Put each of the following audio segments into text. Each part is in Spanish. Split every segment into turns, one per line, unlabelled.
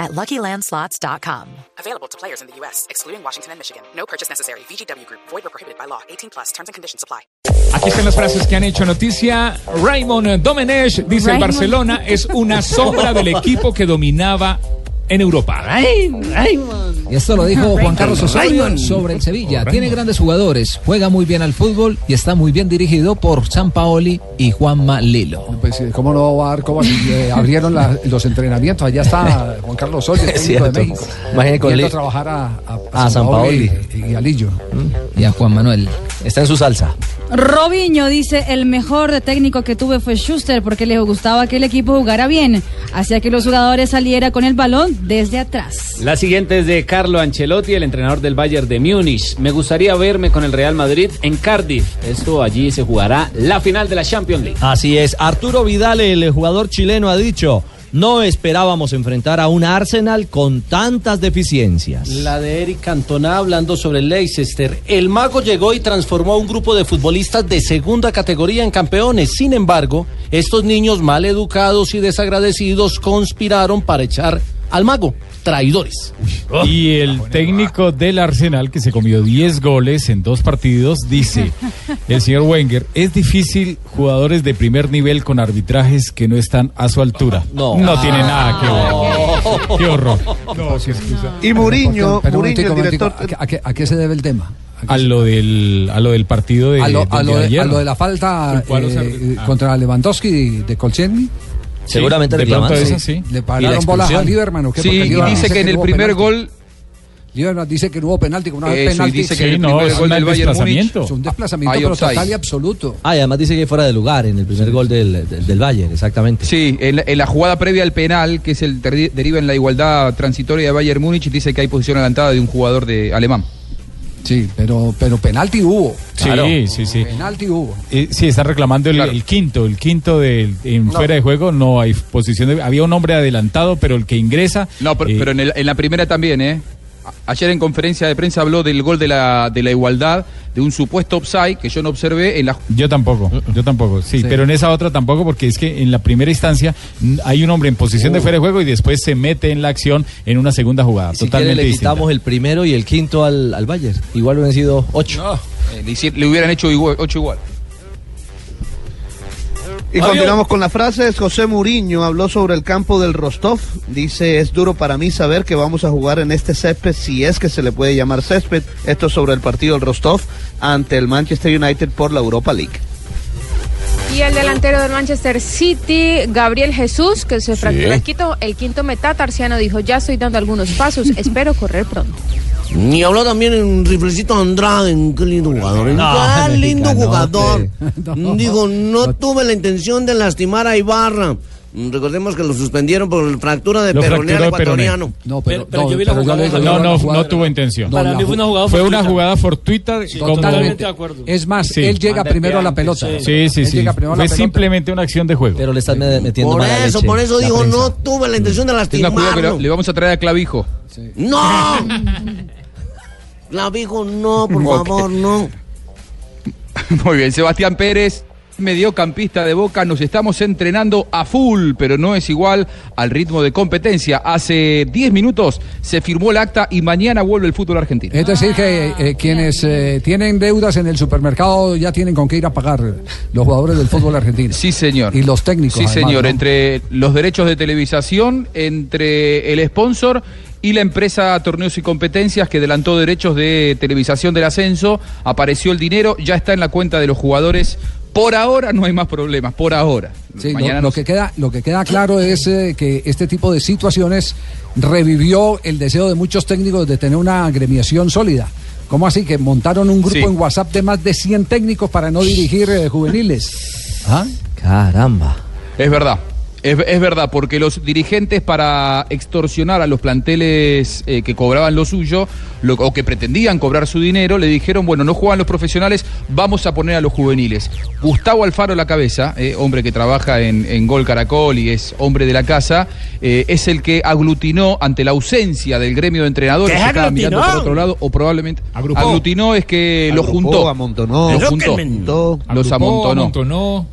at luckylandslots.com.
Available to players in the U.S., excluding Washington and Michigan. No purchase necessary. VGW Group, void or prohibited by law. 18 plus terms and conditions apply.
Aquí están las frases que han hecho noticia. Raymond Domenech dice el
Raymond.
Barcelona es una sombra del equipo que dominaba en Europa.
Y esto lo dijo Juan Carlos Osorio sobre el Sevilla. Tiene grandes jugadores, juega muy bien al fútbol y está muy bien dirigido por San Paoli y Juanma Lilo.
Pues, eh, ¿cómo no va a dar? ¿Cómo así? Eh, abrieron la- los entrenamientos? Allá está Juan Carlos Osorio, el técnico de
cierto.
México.
Imagínate con
Yendo
Li-
a trabajar a, a,
a San
Y, y a Lillo.
Y a Juan Manuel.
Está en su salsa.
Robinho dice, el mejor técnico que tuve fue Schuster porque les gustaba que el equipo jugara bien, hacía que los jugadores saliera con el balón desde atrás.
La siguiente es de Carlo Ancelotti, el entrenador del Bayern de Múnich. Me gustaría verme con el Real Madrid en Cardiff. Esto allí se jugará la final de la Champions League.
Así es. Arturo Vidal, el jugador chileno, ha dicho: No esperábamos enfrentar a un Arsenal con tantas deficiencias.
La de Eric Cantona hablando sobre el Leicester. El mago llegó y transformó a un grupo de futbolistas de segunda categoría en campeones. Sin embargo, estos niños mal educados y desagradecidos conspiraron para echar al mago. Traidores.
Y el técnico del Arsenal, que se comió 10 goles en dos partidos, dice, el señor Wenger, es difícil jugadores de primer nivel con arbitrajes que no están a su altura.
No.
tiene nada que ver. Qué horror.
Y Muriño,
Pero un momentico, un
Muriño, el
momentico.
director.
¿A, qué- a qué, a qué se debe el tema?
A lo del, a lo del partido de,
A lo, a
del
lo
día
de,
ayer,
a lo
¿no?
de la falta
Culpó a los
eh,
árbitros. Ah.
contra Lewandowski de Colchenny.
Sí,
Seguramente
de pronto
reclamando.
esa sí.
Le
¿Y la
pararon bolas a
expulsión?
Lieberman. ¿o qué? Porque
Sí, y
Lieberman
dice que en
no
el
hubo
primer
penalti.
gol.
Lieberman dice que no hubo penalti, que una vez
Eso, y
penalti.
dice que
Sí,
en el
no,
primer
es
gol
un
del Bayern Múnich.
desplazamiento.
Es un desplazamiento,
Hay
pero
offside.
total y absoluto.
Ah, y además dice que fuera de lugar en el primer gol del, del- del Bayern, exactamente.
Sí, en la, en la jugada previa al penal, que es el ter- deriva en la igualdad transitoria de Bayern Múnich, dice que hay posición adelantada de un jugador de alemán.
Sí, pero, pero penalti hubo.
Sí, sí, sí.
Penalti hubo.
Eh, sí, están reclamando el,
Claro.
el quinto, el quinto del en fuera de juego no hay posición de, había un hombre adelantado, pero el que ingresa
No, pero,
eh,
pero en, el- en la primera también, ¿eh? A- Ayer en conferencia de prensa habló del gol de la, de la igualdad, de un supuesto offside que yo no observé en la.
Yo tampoco, yo tampoco, sí, pero en esa otra tampoco, porque es que en la primera instancia n- hay un hombre en posición de fuera de juego y después se mete en la acción en una segunda jugada,
Si quiere,
totalmente
le
distinta.
quitamos el primero y el quinto al, al Bayern. Igual hubieran sido ocho.
eh, le, hici- le hubieran hecho igual- ocho igual.
Adiós.
continuamos
con las frases. José Muriño habló sobre el campo del Rostov. Dice, es duro para mí saber que vamos a jugar en este césped, si es que se le puede llamar césped. Esto sobre el partido del Rostov ante el Manchester United por la Europa League.
Y el delantero del Manchester City, Gabriel Jesús, que se fracturó el quinto, el quinto metatarsiano, dijo, ya estoy dando algunos pasos, espero correr pronto.
Y habló también en Riflecito Andrade, un qué lindo jugador. un
Ah,
qué lindo
mexicanote.
jugador. Digo, no, tuve la intención de lastimar a Ibarra. Mm, Recordemos que lo suspendieron por fractura de
Lo
peroné al
fracturó de peroné.
ecuatoriano.
No, pero,
Pero- pero
no,
yo vi la jugada.
le-
No, no,
jugada-
no tuvo intención.
No, la ju-
Fue una jugada fortuita como
Totalmente
de acuerdo.
Es más,
Sí.
él llega
Anda
primero a la
antes,
pelota.
Sí, sí,
Él
sí.
llega primero a la
Fue
pelota.
simplemente una acción de juego.
Pero le están me- metiendo
Por
mala
eso,
leche
por eso
la
dijo,
prensa.
no tuve la intención de
Tenga cuidado que
lastimarlo.
lo- le vamos a traer a Clavijo.
¡No! Clavijo, no, por
Ok.
favor, no.
Muy bien, Sebastián Pérez, mediocampista de Boca, nos estamos entrenando a full, pero no es igual al ritmo de competencia. Hace 10 minutos se firmó el acta y mañana vuelve el fútbol argentino.
Es decir, que eh, quienes eh, tienen deudas en el supermercado ya tienen con qué ir a pagar los jugadores del fútbol argentino.
Sí, señor.
Y los técnicos.
Sí,
además,
señor.
¿no?
Entre los derechos de televisación, entre el sponsor y la empresa Torneos y Competencias que adelantó derechos de televisación del ascenso, apareció el dinero, ya está en la cuenta de los jugadores. Por ahora no hay más problemas, por ahora.
Sí, lo,
Mañana
lo
nos-
que queda, lo que queda claro es eh, que este tipo de situaciones revivió el deseo de muchos técnicos de tener una agremiación sólida. ¿Cómo así? Que montaron un grupo
Sí.
en WhatsApp de más de 100 técnicos para no dirigir eh, juveniles. ¿Ah?
Caramba.
Es verdad. Es, es verdad, porque los dirigentes para extorsionar a los planteles eh, que cobraban lo suyo lo- o que pretendían cobrar su dinero, le dijeron, bueno, no juegan los profesionales, vamos a poner a los juveniles. Gustavo Alfaro La Cabeza, eh, hombre que trabaja en, en Gol Caracol y es hombre de la casa, eh, es el que aglutinó ante la ausencia del gremio de entrenadores
¿Qué
que estaba
aglutinó?
mirando por otro lado o probablemente
Agrupó.
aglutinó es que los
Agrupó,
Eh, juntó,
amontonó.
los
Pero
juntó,
que mentó.
los
Agrupó,
amontonó.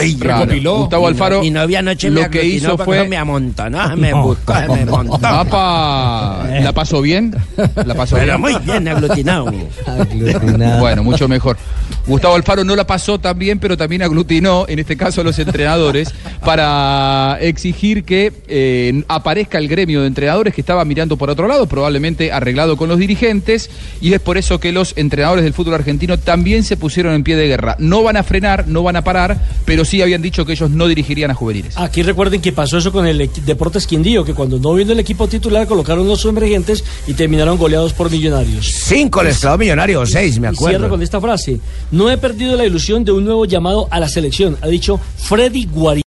Ay,
Claro.
recopiló.
Gustavo
Mi no-
Alfaro.
mi novia anoche me
lo que
aglutinó
hizo
porque
fue.
no me amontonó, se me buscó, se me montó.
Apa, ¿La pasó bien? La pasó
Eh. Pero
bien.
muy bien aglutinado.
Bueno, mucho mejor. Gustavo Alfaro no la pasó tan bien, pero también aglutinó, en este caso a los entrenadores, para exigir que eh, aparezca el gremio de entrenadores que estaba mirando por otro lado, probablemente arreglado con los dirigentes, y es por eso que los entrenadores del fútbol argentino también se pusieron en pie de guerra. No van a frenar, no van a parar, pero sí habían dicho que ellos no dirigirían a juveniles.
Aquí recuerden que pasó eso con el equi- Deportes Quindío, que cuando no vino el equipo titular colocaron los emergentes y terminaron goleados por millonarios.
Cinco les clavó Millonarios, seis, me
Y
acuerdo.
Cierro con esta frase. No he perdido la ilusión de un nuevo llamado a la selección, ha dicho Freddy Guarín.